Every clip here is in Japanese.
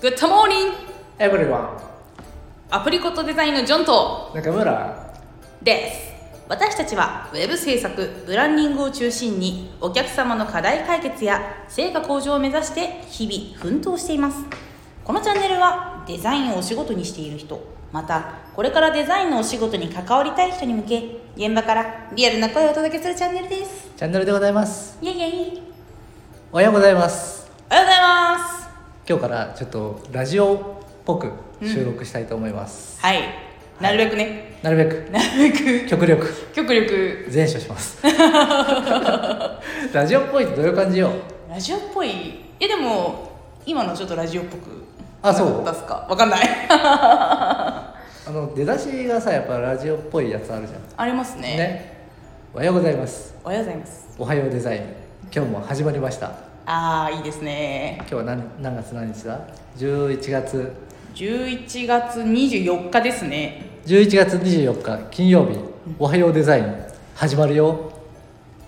グッドモーニングエブリワンアプリコットデザインのジョンと中村です私たちはウェブ制作ブランディングを中心にお客様の課題解決や成果向上を目指して日々奮闘していますこのチャンネルはデザインをお仕事にしている人またこれからデザインのお仕事に関わりたい人に向け現場からリアルな声をお届けするチャンネルですチャンネルでございますイエイイエイおはようございますおはようございます今日からちょっとラジオっぽく収録したいと思います、はいなるべくね、なるべなるべくく極力極力善処します ラジオっぽいってどういう感じよラジオっぽいえでも今のちょっとラジオっぽくあそう出すかわかんない あの出だしがさやっぱラジオっぽいやつあるじゃんありますねねおはようございますおはようございますおはようデザイン今日も始まりましたあーいいですね今日は何何月何日だ11月11月24日ですね11月24日金曜日おはようデザイン始まるよ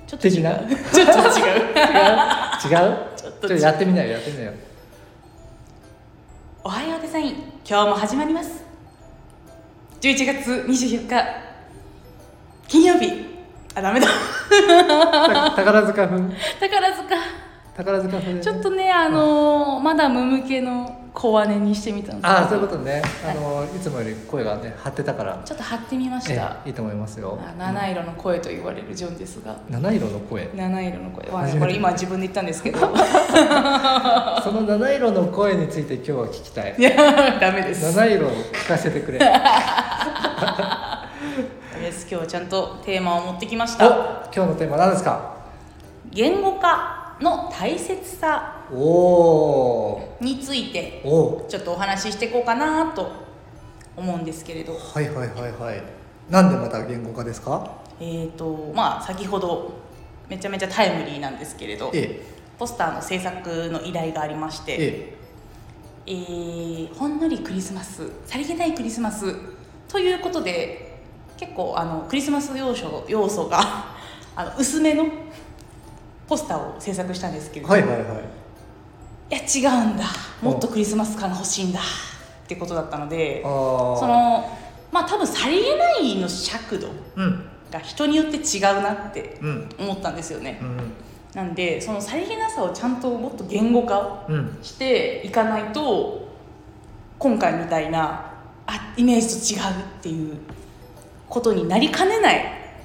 ちょっと違手う品 ちょっと違う違うちちょょっっとと違うやってみなよやってみなよおはようデザイン今日も始まります11月24日金曜日あダメだ た宝塚風宝塚宝塚風でねちょっとねあのーまだ無向けの小姉にしてみたんですけどああそういうことねあのいつもより声がね張ってたからちょっと貼ってみましたええいいと思いますよあ七色の声と言われるジョンですが七色の声七色の声、まあ初ね、めてこれ今自分で言ったんですけ どその七色の声について今日は聞き たいいやダメですダ七色を聞かせて くれメです今日はちゃんとテーマを持ってきましおた今日のテーマ何ですか言語化の大切さおおについてーおちょっとお話ししていこうかなと思うんですけれどーはいはいはいはいなんでまた言語化ですかえっ、とまあ先ほどめちゃめちゃタイムリーなんですけれどえポスターの制作の依頼がありましてえええーほんのりクリスマスさりげないクリスマスということで結構あのクリスマス要素要素があの薄めのポスターを制作したんですけえれど、、はいいはいはいや違うんだもっとクリスマス感が欲しいんだってことだったのであそあのまあ多分さりげないの尺度うんが人によって違うなってうん思ったんですよねう、んなんでそのさりげなさをちゃんともっと言語化うんしていかないと今回みたいなあイメージと違うっていうことになりかねない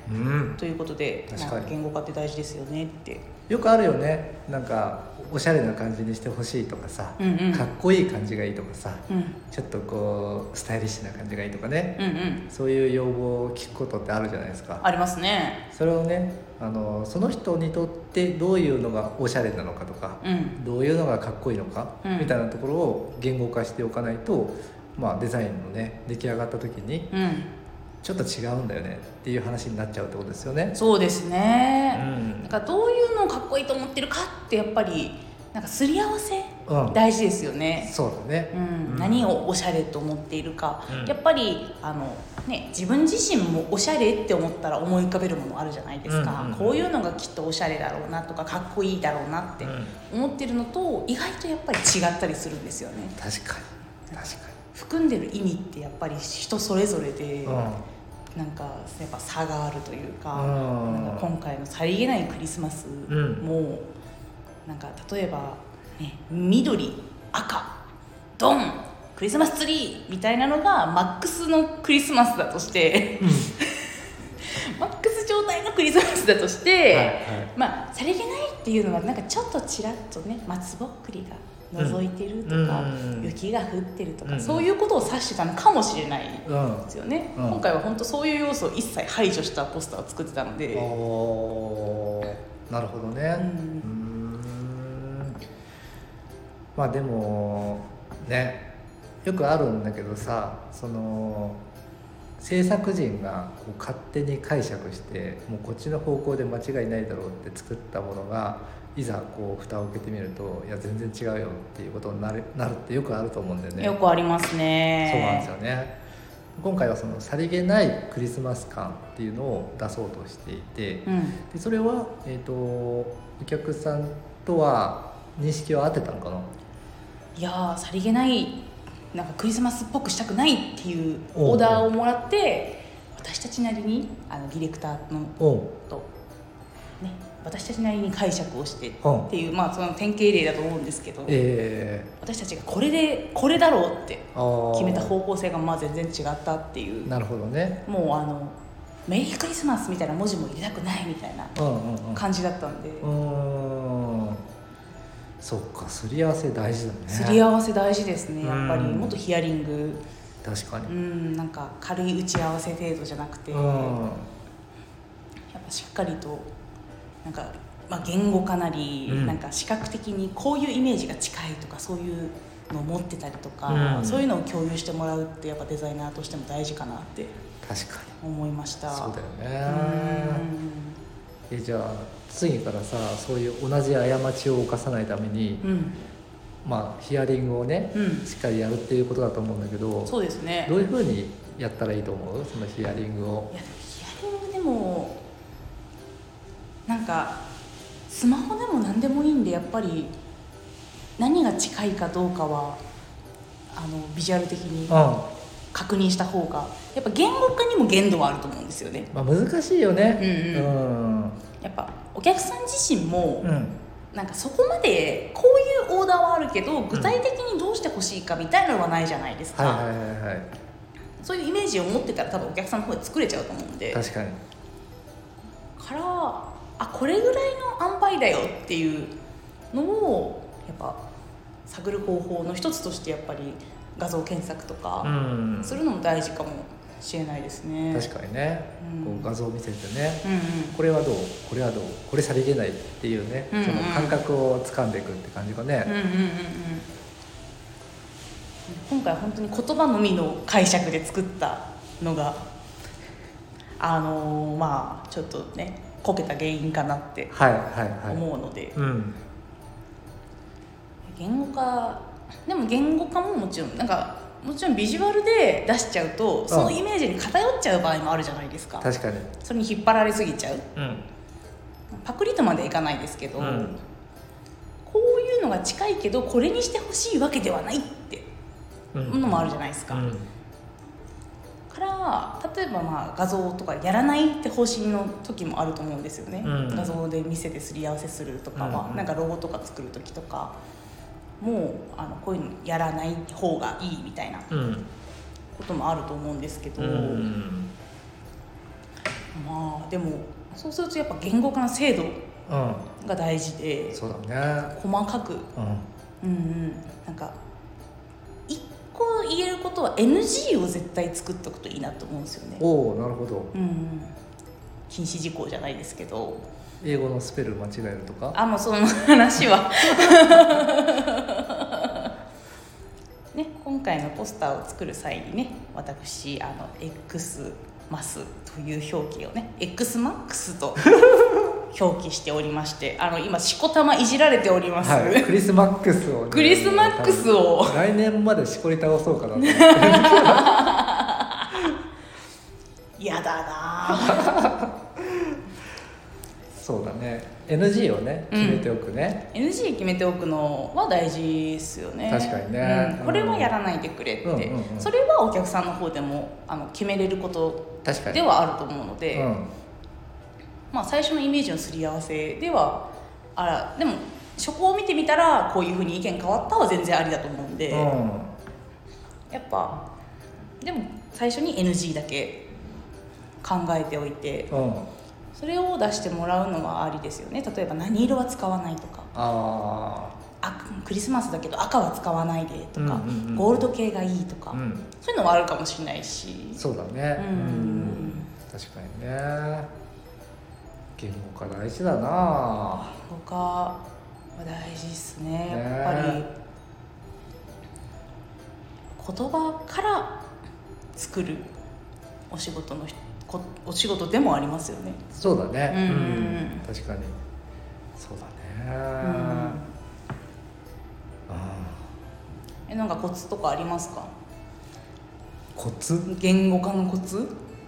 うんということで確かにまあ言語化って大事ですよねってよくあるよねなんかおしゃれな感じにしてほしいとかさ、うんうんかっこいい感じがいいとかさうんちょっとこうスタイリッシュな感じがいいとかね、うんうんそういう要望を聞くことってあるじゃないですかありますねそれをねあのその人にとってどういうのがおしゃれなのかとか、うんどういうのがかっこいいのか、うんみたいなところを言語化しておかないと、まあ、デザインのね出来上がった時にうんちょっと違うんだよねっていう話になっちゃうってことですよね。そうですうね、んなんかどういうのをかっこいいと思ってるかってやっぱりなんかすり合わせうん、大事ですよねそうだね、うんうん何をおしゃれと思っているか、うんやっぱりあの、ね、自分自身もおしゃれって思ったら思い浮かべるものあるじゃないですか、うんうんうんこういうのがきっとおしゃれだろうなとかかっこいいだろうなってうん思ってるのと意外とやっぱり違ったりするんですよね確かに確か含んでる意味ってやっぱり人それぞれで、に、うんなんかやっぱ差があるというか,、うんなんか今回のさりげないクリスマスうんも、なんか例えば、ね、緑赤ドンクリスマスツリーみたいなのがマックスのクリスマスだとして、 マックス状態のクリスマスだとして、はいはいまあさりげないっていうのはなんかちょっとちらっとね松ぼっくりが覗いてるとか、うん雪が降ってるとか、うんそういうことを指してたのかもしれない。うんですよね、うん今回は本当そういう要素を一切排除したポスターを作ってたので、おーなるほどねううんーんまあでもねよくあるんだけどさその制作陣がこう勝手に解釈してもうこっちの方向で間違いないだろうって作ったものがいざこう蓋を開けてみるといや全然違うよっていうことになるなるってよくあると思うんだよね。よくありますそうなんでねすよね今回はそのさりげないクリスマス感っていうのを出そうとしていてうんでそれは、えー、とお客さんとは認識は合ってたのかないやーさりげないなんかクリスマスっぽくしたくないっていうオーダーをもらって私たちなりにあのディレクターのおうと、ね、私たちなりに解釈をしてっうんていう、まあ、その典型例だと思うんですけどえ私たちがこれでこれだろうってー、あー決めた方向性がまあ全然違ったっていうなるほどねもうあのメリークリスマスみたいな文字も入れたくないみたいなうんうんうん感じだったんで、うーんそっかすり合わせ大事だねすり合わせ大事ですねやっぱりうんもっとヒアリング確かにうんなんか軽い打ち合わせ程度じゃなくてやっうんぱしっかりとなんか、まあ、言語化なり、うんなんか視覚的にこういうイメージが近いとかそういうのを持ってたりとか、うんそういうのを共有してもらうってやっぱデザイナーとしても大事かなって確か思いましにた。そうだようねんえじゃあ次からさそういう同じ過ちを犯さないために、うん、まあヒアリングをねうんしっかりやるっていうことだと思うんだけどそうですねどういうふうにやったらいいと思うそのヒアリングをいやでもヒアリングでもなんかスマホでも何でもいいんでやっぱり何が近いかどうかはあのビジュアル的にうん、ま確認した方がやっぱ言語化にも限度はあると思うんですよねあ、難しいよねうんうんやっぱお客さん自身も、うんなんかそこまでこういうオーダーはあるけど具体的にどうしてほしいかみたいなのはないじゃないですはか、いはいはいはいそういうイメージを持ってたら多分お客さんの方で作れちゃうと思うんで確かにからあこれぐらいの塩梅だよっていうのをやっぱ探る方法の一つとしてやっぱり画像検索とうかんするのも大事かもしれないですね。確かにね、うんこう画像を見せてねうんうんこれはどうこれはどうこれさりげないっていうね、うんうんその感覚を掴んでいくって感じかね、うんうんうんうん今回本当に言葉のみの解釈で作ったのがあのーまあちょっとねこけた原因かなってはいはいはい思うので、うん言語化でも言語化ももちろんなんかもちろんビジュアルで出しちゃうとそのイメージに偏っちゃう場合もあるじゃないですか確かにそれに引っ張られすぎちゃううんパクリとまでいかないですけど、うんこういうのが近いけどこれにしてほしいわけではないってのもあるじゃないですか、うんから例えばまあ画像とかやらないって方針の時もあると思うんですよね、うん画像で見せてすり合わせするとかは、うんうんなんかロゴとか作る時とかもうあのこういうのやらない方がいいみたいなうんこともあると思うんですけど、うんまあでもそうするとやっぱ言語化の精度うが大事でんそうだね細かくううんうんなんか一個言えることは NG を絶対作っとくといいなと思うんですよねん。おおなるほどうんうん、禁止事項じゃないですけど英語のスペル間違えるとかあもうその話は ね今回のポスターを作る際にね私あの X マスという表記をね X マックスと表記しておりまして あの今しこたまいじられております、はいクリスマックスをね、クリスマックスを 多分来年までしこり倒そうかなと思って やだなあそうだね NG をねうん決めておくね、 NG 決めておくのは大事ですよね確かにねうんこれはやらないでくれって、うんうんうんそれはお客さんの方でもあの決めれること確かにではあると思うので、うんまあ、最初のイメージのすり合わせではあらでも初稿を見てみたらこういうふうに意見変わったは全然ありだと思うんで、うんやっぱでも最初に NG だけ考えておいてうんそれを出してもらうのはありですよね例えば何色は使わないとかああクリスマスだけど赤は使わないでとか、うんうんうんゴールド系がいいとか、あうんそういうのはあるかもしれないしそうだねうん確かにね言語化大事だな他は大事ですねねやっぱり言葉から作るお仕事のひこお仕事でもありますよねそうだねうん確かにそうだねあえなんかコツとかありますかーコツ言語化のコツ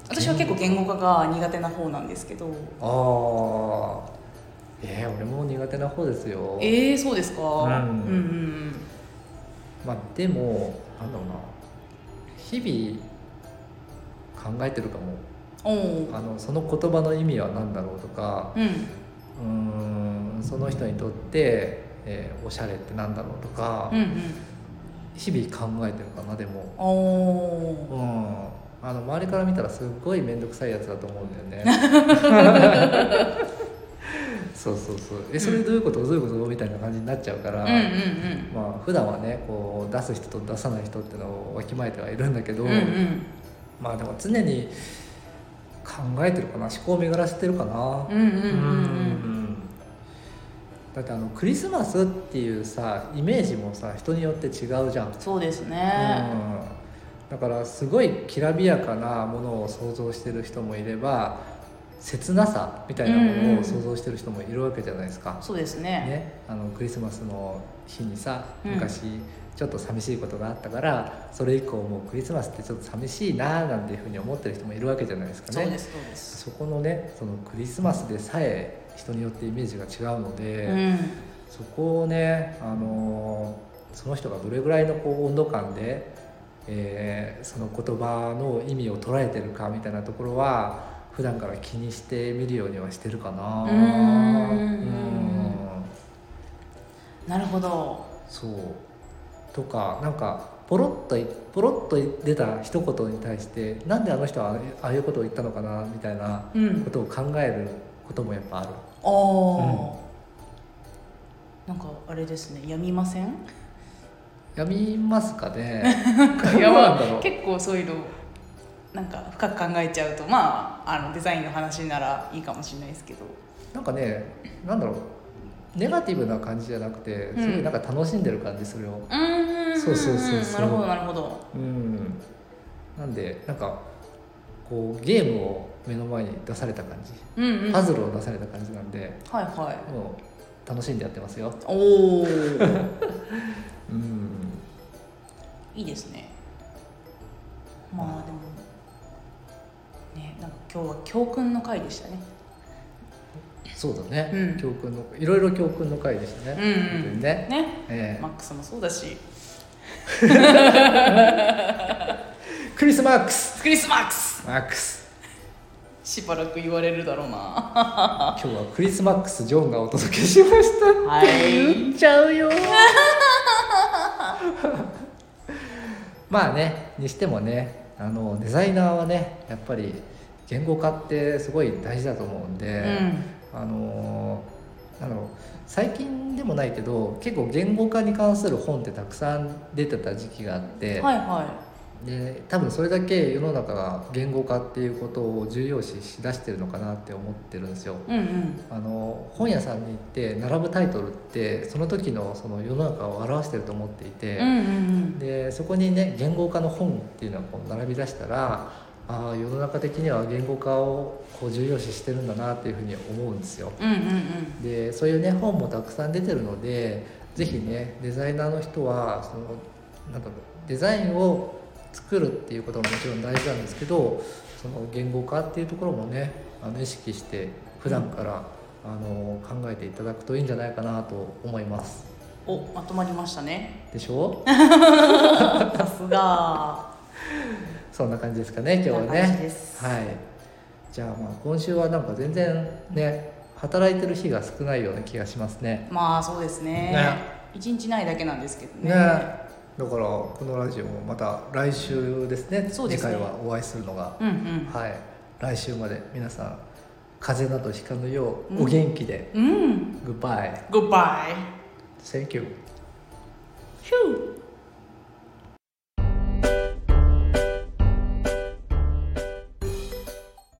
私は結構言語化が苦手な方なんですけどああえー、俺も苦手な方ですよえー、そうですか、うんんうんまあでもなんだろうな日々考えてるかもおおあのその言葉の意味は何だろうとかうんうーんその人にとって、えーおしゃれって何だろうとか、うん日々考えてるかなでも、うんおうおん、あの周りから見たらすっごい面倒くさいやつだと思うんだよね そうそうそうえそれどういうこと、どういうことみたいな感じになっちゃうから、うんうんうんまあ普段はねこう出す人と出さない人ってのをわきまえてはいるんだけど、うんうんまあでも常に考えてるかな思考を巡らせてるかなうんうんううんうんんだってあのクリスマスっていうさイメージもさ人によって違うじゃん、そうですねうんだからすごいきらびやかなものを想像してる人もいれば切なさみたいなものを想像してる人もいるわけじゃないですか、そうですねね、あのクリスマスの日にさうん昔ちょっと寂しいことがあったから、それ以降もうクリスマスってちょっと寂しいなーなんていうふうに思ってる人もいるわけじゃないですかねそうですそうですそこのねそのクリスマスでさえ人によってイメージが違うので、うんそこをね、あのーその人がどれぐらいのこう温度感で、えーその言葉の意味を捉えてるかみたいなところは普段から気にしてみるようにはしてるかなうーんうんなるほどそうとかなんかポロッといポロッと出た一言に対してなんであの人はあれああいうことを言ったのかなみたいなうこんとを考えることもやっぱあるああなんかあれですねやみませんやみますか ねいやどうなんだろまうあ結構そういうのなんか深く考えちゃうとまああのデザインの話ならいいかもしれないですけどなんかねなんだろうネガティブな感じじゃなくてうんすごいなんか楽しんでる感じそれをうんそうそうそうそうなるほどなるほどうん、なんでなんかこうゲームを目の前に出された感じうんうんパはいズルを出された感じなんではいもう楽しんでやってますよおおうんいいですねまあでもねなんか今日は教訓の回でしたねそうだね、うん教訓のいろいろ教訓の回でしたね、うんうん本当にね、ねええマックスもそうだしクリスマックスクリスマックスマックスしばらく言われるだろうな今日はクリスマックスジョンがお届けしましたは言っちゃうよ まあねにしてもねあのデザイナーはねやっぱり言語化ってすごい大事だと思うんで、あのなんだろう最近でもないけど結構言語化に関する本ってたくさん出てた時期があっうて、んはいはで多分それだけ世の中が言語化っていうことを重要視しだしてるのかなって思ってるんですよ。いうんうんあの本屋さんに行って並ぶタイトルってその時のその世の中を表してると思っていて、うんうんでそこにね言語化の本っていうのをこう並び出したらああ世の中的には言語化をこう重要視してるんだなっていうふうに思うんですよ。うんうんうんでそういうね本もたくさん出てるので是非ねデザイナーの人はそのなんだろうデザインを作るっていうことももちろん大事なんですけどその言語化っていうところもねあの意識して普段から、あの考えていただくといいんじゃないかなと思いますおまとまりましたねでしょさすがそんな感じですかね今日はこんな感じねですはいじゃあまあ今週はなんか全然ね働いてる日が少ないような気がしますねまあそうですねね一日ないだけなんですけどね、ねだからこのラジオもまた来週ですねそうですね次回はお会いするのが、うんうんはい来週まで皆さん風邪などひかぬようんうお元気で、うん Goodbye Goodbye Thank you